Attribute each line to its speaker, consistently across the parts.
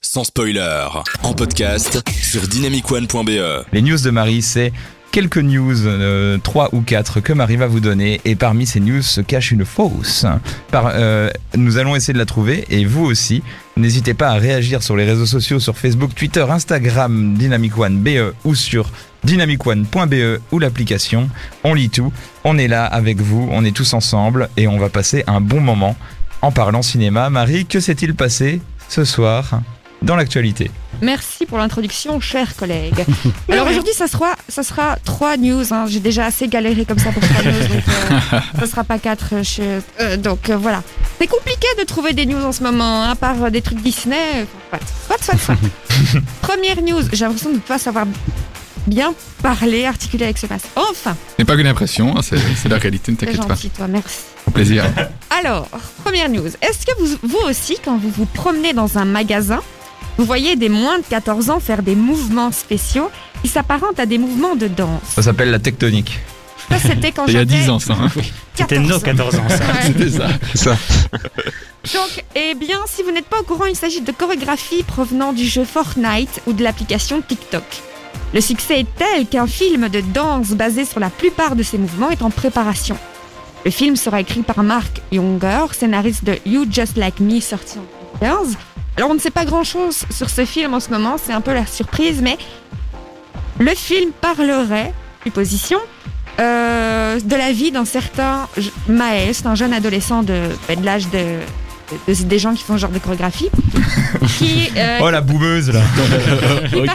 Speaker 1: sans spoiler, en podcast sur dynamicone.be.
Speaker 2: Les news de Marie, c'est quelques news, euh, trois ou quatre que Marie va vous donner. Et parmi ces news se cache une fausse. Par, euh, nous allons essayer de la trouver et vous aussi. N'hésitez pas à réagir sur les réseaux sociaux, sur Facebook, Twitter, Instagram, Dynamic One BE ou sur dynamicone.be E ou l'application. On lit tout. On est là avec vous. On est tous ensemble et on va passer un bon moment en parlant cinéma. Marie, que s'est-il passé ce soir dans l'actualité
Speaker 3: Merci pour l'introduction, cher collègue. Alors aujourd'hui, ça sera, ça sera trois news. hein. J'ai déjà assez galéré comme ça pour trois news, donc euh, ça sera pas quatre. euh, je- euh, donc euh, voilà. C'est compliqué de trouver des news en ce moment, hein, à part euh, des trucs Disney. Enfin, Soit, soit, soit, soit. Première news, j'ai l'impression de ne pas savoir bien parler, articuler avec ce masque. Enfin,
Speaker 4: Ce n'est pas qu'une impression, hein, c'est c'est la réalité, ne
Speaker 3: c'est
Speaker 4: t'inquiète pas.
Speaker 3: gentil, toi, merci.
Speaker 4: Au plaisir.
Speaker 3: Alors, première news. Est-ce que vous, vous aussi, quand vous vous promenez dans un magasin, vous voyez des moins de 14 ans faire des mouvements spéciaux qui s'apparentent à des mouvements de danse
Speaker 2: Ça s'appelle la tectonique.
Speaker 3: Ça, c'était quand
Speaker 4: Il y
Speaker 3: j'avais
Speaker 4: a 10 ans, ça. hein.
Speaker 5: C'était
Speaker 3: 14
Speaker 5: nos
Speaker 3: ans.
Speaker 5: 14 ans, ça.
Speaker 3: Ouais.
Speaker 4: C'était ça.
Speaker 3: Donc, eh bien, si vous n'êtes pas au courant, il s'agit de chorégraphies provenant du jeu Fortnite ou de l'application TikTok. Le succès est tel qu'un film de danse basé sur la plupart de ces mouvements est en préparation. Le film sera écrit par Mark Younger, scénariste de You Just Like Me, sorti en 2015. Alors, on ne sait pas grand-chose sur ce film en ce moment, c'est un peu la surprise, mais le film parlerait, supposition, euh, de la vie d'un certain J- Maes, un jeune adolescent de, ben, de l'âge de, de- de- des gens qui font ce genre de chorégraphie, qui, euh,
Speaker 2: Oh la boumeuse là
Speaker 3: Ok. donc,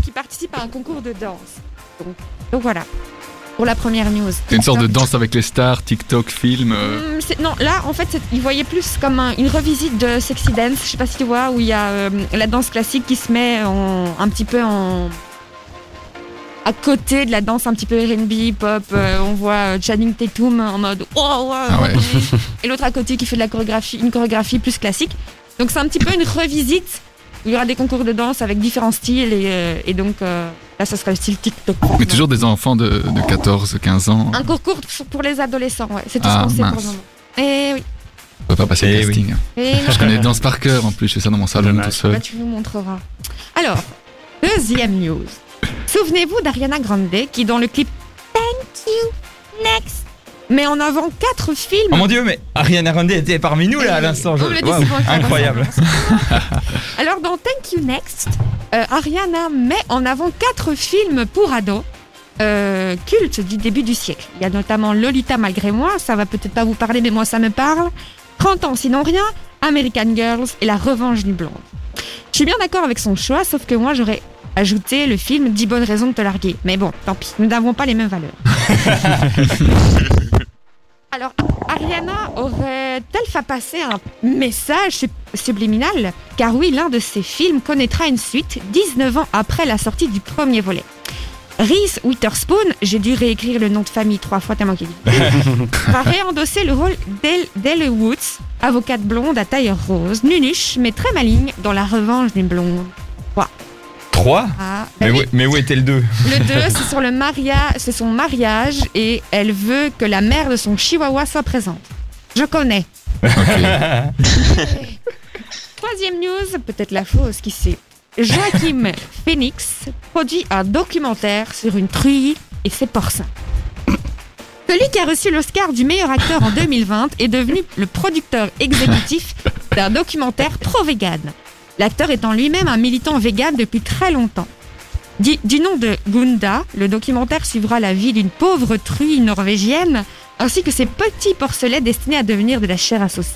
Speaker 3: qui participe à un concours de danse. Donc, donc voilà, pour la première news.
Speaker 4: C'est une sorte de danse avec les stars, TikTok, film. euh,
Speaker 3: Hmm, c'est- non, là en fait, c'est- il voyait plus comme un- une revisite de Sexy Dance, je sais pas si tu vois, où il y a euh, la danse classique qui se met en- un petit peu en. à côté de la danse un petit peu RB, pop. euh, on voit euh, Channing Tatum en mode. Wow, wow,
Speaker 4: Ah ouais.
Speaker 3: oui. Et l'autre à côté qui fait de la chorégraphie, une chorégraphie plus classique. Donc c'est un petit peu une revisite. où Il y aura des concours de danse avec différents styles et, euh, et donc euh, là, ça sera le style TikTok.
Speaker 4: Mais toujours des enfants de, de 14, 15 ans.
Speaker 3: Un concours pour- pour les adolescents, ouais. C'est tout ce
Speaker 4: Ah,
Speaker 3: qu'on sait pour le
Speaker 4: mince.
Speaker 3: moment. Et oui.
Speaker 4: On peut pas passer
Speaker 2: Eh oui.
Speaker 4: le casting. hein.
Speaker 3: Et non.
Speaker 4: Je connais danse par cœur en plus, je fais ça dans mon salon
Speaker 5: Dommage.
Speaker 4: tout
Speaker 3: Bah,
Speaker 4: seul.
Speaker 3: tu nous montreras. Alors, deuxième news. Souvenez-vous d'Ariana Grande qui, dans le clip Thank You Next, met en avant quatre films.
Speaker 2: Oh mon dieu, mais Ariana Grande était parmi nous là à l'instant.
Speaker 3: On me le dit
Speaker 2: Waouh,
Speaker 3: souvent, je
Speaker 2: incroyable.
Speaker 3: Alors, dans Thank You Next, euh, Ariana met en avant quatre films pour ados. euh, cultes du début du siècle. Il y a notamment Lolita malgré moi, ça va peut-être pas vous parler, mais moi ça me parle. 30 ans sinon rien, American Girls et La Revanche du Blonde. Je suis bien d'accord avec son choix, sauf que moi j'aurais ajouté le film 10 bonnes raisons de te larguer. Mais bon, tant pis, nous n'avons pas les mêmes valeurs. Alors, Ariana aurait-elle fait passer un message sub- subliminal Car oui, l'un de ses films connaîtra une suite 19 ans après la sortie du premier volet. Reese Witherspoon, j'ai dû réécrire le nom de famille trois fois tellement qu'il est difficile, va réendosser le rôle d'Elle d'Elle Woods, avocate blonde à tailleur rose, nunuche mais très maligne dans La Revanche des blondes.
Speaker 2: 3
Speaker 3: Ah,
Speaker 2: mais,
Speaker 3: oui.
Speaker 2: où- mais où était le 2
Speaker 3: Le 2, c'est sur le mariage, c'est son mariage et elle veut que la mère de son chihuahua soit présente. Je connais. Troisième news, peut-être la fausse, qui sait. Joachim Phoenix produit un documentaire sur une truie et ses porcins. Celui qui a reçu l'Oscar du meilleur acteur en 2020 est devenu le producteur exécutif d'un documentaire pro-vegan. L'acteur étant lui-même un militant vegan depuis très longtemps. Du, du nom de Gunda, le documentaire suivra la vie d'une pauvre truie norvégienne ainsi que ses petits porcelets destinés à devenir de la chair à sauce.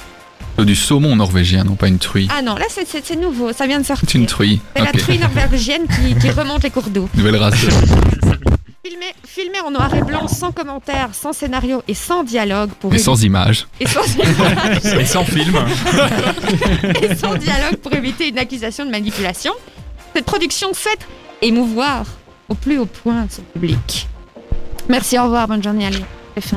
Speaker 4: Euh, Du saumon norvégien, non pas une truie.
Speaker 3: Ah non, là c'est- c'est c'est nouveau, ça vient de sortir.
Speaker 4: C'est une truie.
Speaker 3: C'est la
Speaker 4: Ok.
Speaker 3: truie norvégienne qui, qui remonte les cours d'eau.
Speaker 4: Nouvelle race.
Speaker 3: Filmé, filmé en noir et blanc, sans commentaire, sans scénario et sans dialogue pour,
Speaker 4: Mais
Speaker 3: évi-
Speaker 4: sans image.
Speaker 3: et sans-
Speaker 2: Et sans film.
Speaker 3: et sans dialogue pour éviter une accusation de manipulation, cette production souhaite émouvoir au plus haut point son public. Merci, au revoir, bonne journée, allez, c'est fin.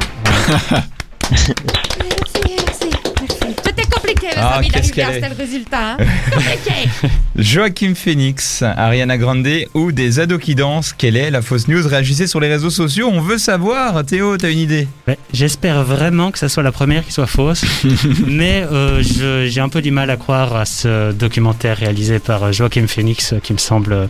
Speaker 3: merci, merci, merci. C'était compliqué Ok, mais
Speaker 2: Ah,
Speaker 3: ça, mais il
Speaker 2: qu'est-ce
Speaker 3: arrive
Speaker 2: qu'elle
Speaker 3: bien,
Speaker 2: est-
Speaker 3: c'était le résultat. hein. ok.
Speaker 2: Joachim Phoenix, Ariana Grande ou des ados qui dansent Quelle est la fausse news Réagissez sur les réseaux sociaux, on veut savoir. Théo, t'as une idée
Speaker 5: Ouais, J'espère vraiment que ça soit la première qui soit fausse, mais euh, je- j'ai un peu du mal à croire à ce documentaire réalisé par euh, Joaquin Phoenix euh, qui me semble euh,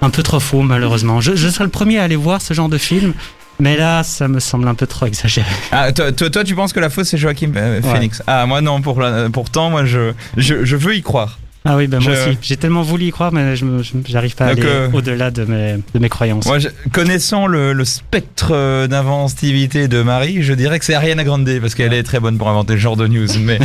Speaker 5: un peu trop fou malheureusement. Je, je serais le premier à aller voir ce genre de film, mais là ça me semble un peu trop exagéré.
Speaker 2: ah, toi, toi, toi, tu penses que la fausse c'est Joachim euh,
Speaker 5: Ouais.
Speaker 2: Phoenix Ah, moi non, pour la- pourtant, moi je, je, je veux y croire.
Speaker 5: Ah oui, ben moi
Speaker 2: Je-
Speaker 5: aussi, j'ai tellement voulu y croire, mais je me- je- j'arrive pas à
Speaker 2: Donc,
Speaker 5: aller
Speaker 2: euh,
Speaker 5: au-delà de mes, de mes croyances.
Speaker 2: Moi, je- connaissant le, le spectre euh, d'inventivité de Marie, je dirais que c'est Ariana Grande parce qu'elle est très bonne pour inventer ce genre de news.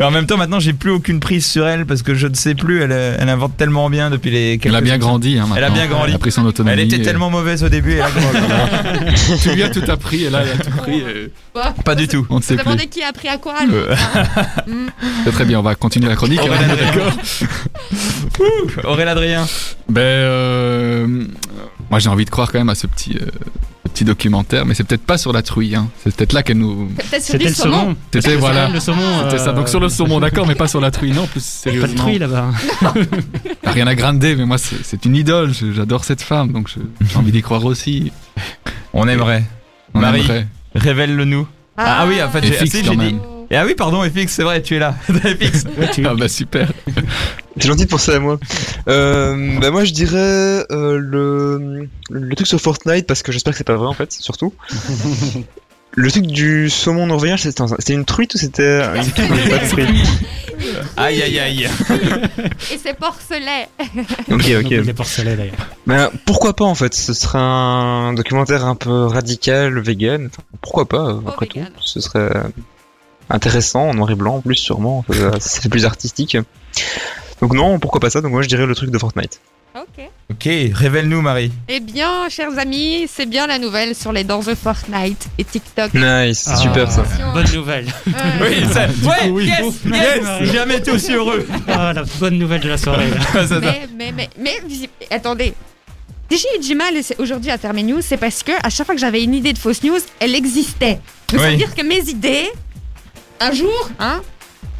Speaker 2: Mais, mais en même temps, maintenant, j'ai plus aucune prise sur elle parce que je ne sais plus. Elle, euh, elle invente tellement bien depuis les.
Speaker 4: Elle a
Speaker 2: quelques-
Speaker 4: bien grandi. Hein,
Speaker 2: Elle a
Speaker 4: maintenant.
Speaker 2: bien grandi.
Speaker 4: Elle a pris son autonomie.
Speaker 2: Elle était
Speaker 4: et-
Speaker 2: tellement mauvaise au début. et elle a grandi.
Speaker 4: Tu lui as tout appris et là, elle a tout pris. et
Speaker 3: Bon,
Speaker 2: Pas du tout.
Speaker 4: On ne sait
Speaker 3: se
Speaker 4: plus.
Speaker 3: demander qui a appris à quoi. lui.
Speaker 4: Euh.
Speaker 3: Hmm.
Speaker 4: C'est Très bien, on va continuer la chronique.
Speaker 2: On va
Speaker 4: hein.
Speaker 2: la- Aurélien Adrien.
Speaker 4: Ben, euh, moi j'ai envie de croire quand même à ce petit, euh, ce petit documentaire, mais c'est peut-être pas sur la truie. Hein. C'est peut-être là qu'elle nous.
Speaker 3: Peut-être sur
Speaker 5: C'était
Speaker 3: du
Speaker 5: le
Speaker 3: saumon.
Speaker 5: saumon.
Speaker 4: C'était voilà.
Speaker 5: Le saumon. euh,
Speaker 4: C'était ça. Donc sur le saumon, d'accord, mais pas sur la truie. Non, plus
Speaker 5: Pas de
Speaker 4: sérieusement.
Speaker 5: truie là-bas. hein.
Speaker 4: Rien à grinder, mais moi c'est c'est une idole. Je- J'adore cette femme, donc je- j'ai envie d'y croire aussi.
Speaker 2: On aimerait.
Speaker 4: On
Speaker 2: Marie.
Speaker 4: aimerait.
Speaker 2: Révèle-le nous. Ah, oui, en fait, j'ai
Speaker 4: Et fixe,
Speaker 2: ah, si,
Speaker 4: quand
Speaker 2: j'ai
Speaker 4: même.
Speaker 2: dit. Et Ah oui, pardon, FX, c'est vrai, tu es là. FX.
Speaker 5: Ouais, tu-
Speaker 4: Ah bah super.
Speaker 6: C'est gentil de penser à moi. Euh, bah moi je dirais euh, le, le truc sur Fortnite parce que j'espère que c'est pas vrai en fait, surtout. Le truc du saumon norvégien, c'était attends, c'était une truite ou c'était une truite mais pas de truite
Speaker 2: Aïe, aïe, aïe.
Speaker 3: Et c'est porcelet.
Speaker 6: Ok,
Speaker 5: Donc, Il
Speaker 6: ok.
Speaker 5: est porcelé d'ailleurs.
Speaker 6: Ben, pourquoi pas en fait Ce serait un documentaire un peu radical, vegan. Enfin, pourquoi pas euh, après tout
Speaker 3: vegan.
Speaker 6: Ce serait intéressant en noir et blanc en plus sûrement. Enfin, euh, c'est plus artistique. Donc non, pourquoi pas ça Donc moi je dirais le truc de Fortnite.
Speaker 3: Ok.
Speaker 2: Ok, révèle-nous, Marie.
Speaker 3: Eh bien, chers amis, c'est bien la nouvelle sur les danses de Fortnite et TikTok.
Speaker 6: Nice,
Speaker 5: Ah.
Speaker 6: c'est super ça.
Speaker 5: Bonne nouvelle.
Speaker 3: Euh,
Speaker 2: ça. Ouais,
Speaker 5: oui. yes, yes, Marie.
Speaker 2: Jamais été aussi heureux.
Speaker 5: Ah, la bonne nouvelle de la soirée. là.
Speaker 3: mais, mais, mais, mais, visi- attendez. Si j'ai eu du mal aujourd'hui à faire mes news, c'est parce que à chaque fois que j'avais une idée de fausse news, elle existait. Donc, Ça
Speaker 2: Oui.
Speaker 3: veut dire que mes idées, un jour, hein,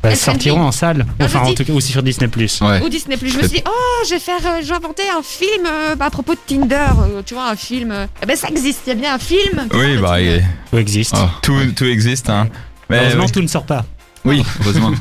Speaker 5: Bah,
Speaker 3: SNP.
Speaker 5: sortiront en salle. Enfin, en
Speaker 3: dis-
Speaker 5: tout cas, aussi sur Disney.
Speaker 4: Ouais.
Speaker 3: au Disney+, je me suis dit, oh, je vais faire, euh, je vais inventer un film euh, à propos de Tinder. euh, tu vois, un film. euh, eh ben, ça existe, il y a bien un film.
Speaker 2: Oui, bah,
Speaker 5: Tout existe.
Speaker 4: Ah,
Speaker 2: tout, tout existe, hein. Mais
Speaker 5: Heureusement,
Speaker 2: oui.
Speaker 5: tout ne sort pas.
Speaker 4: oui, heureusement.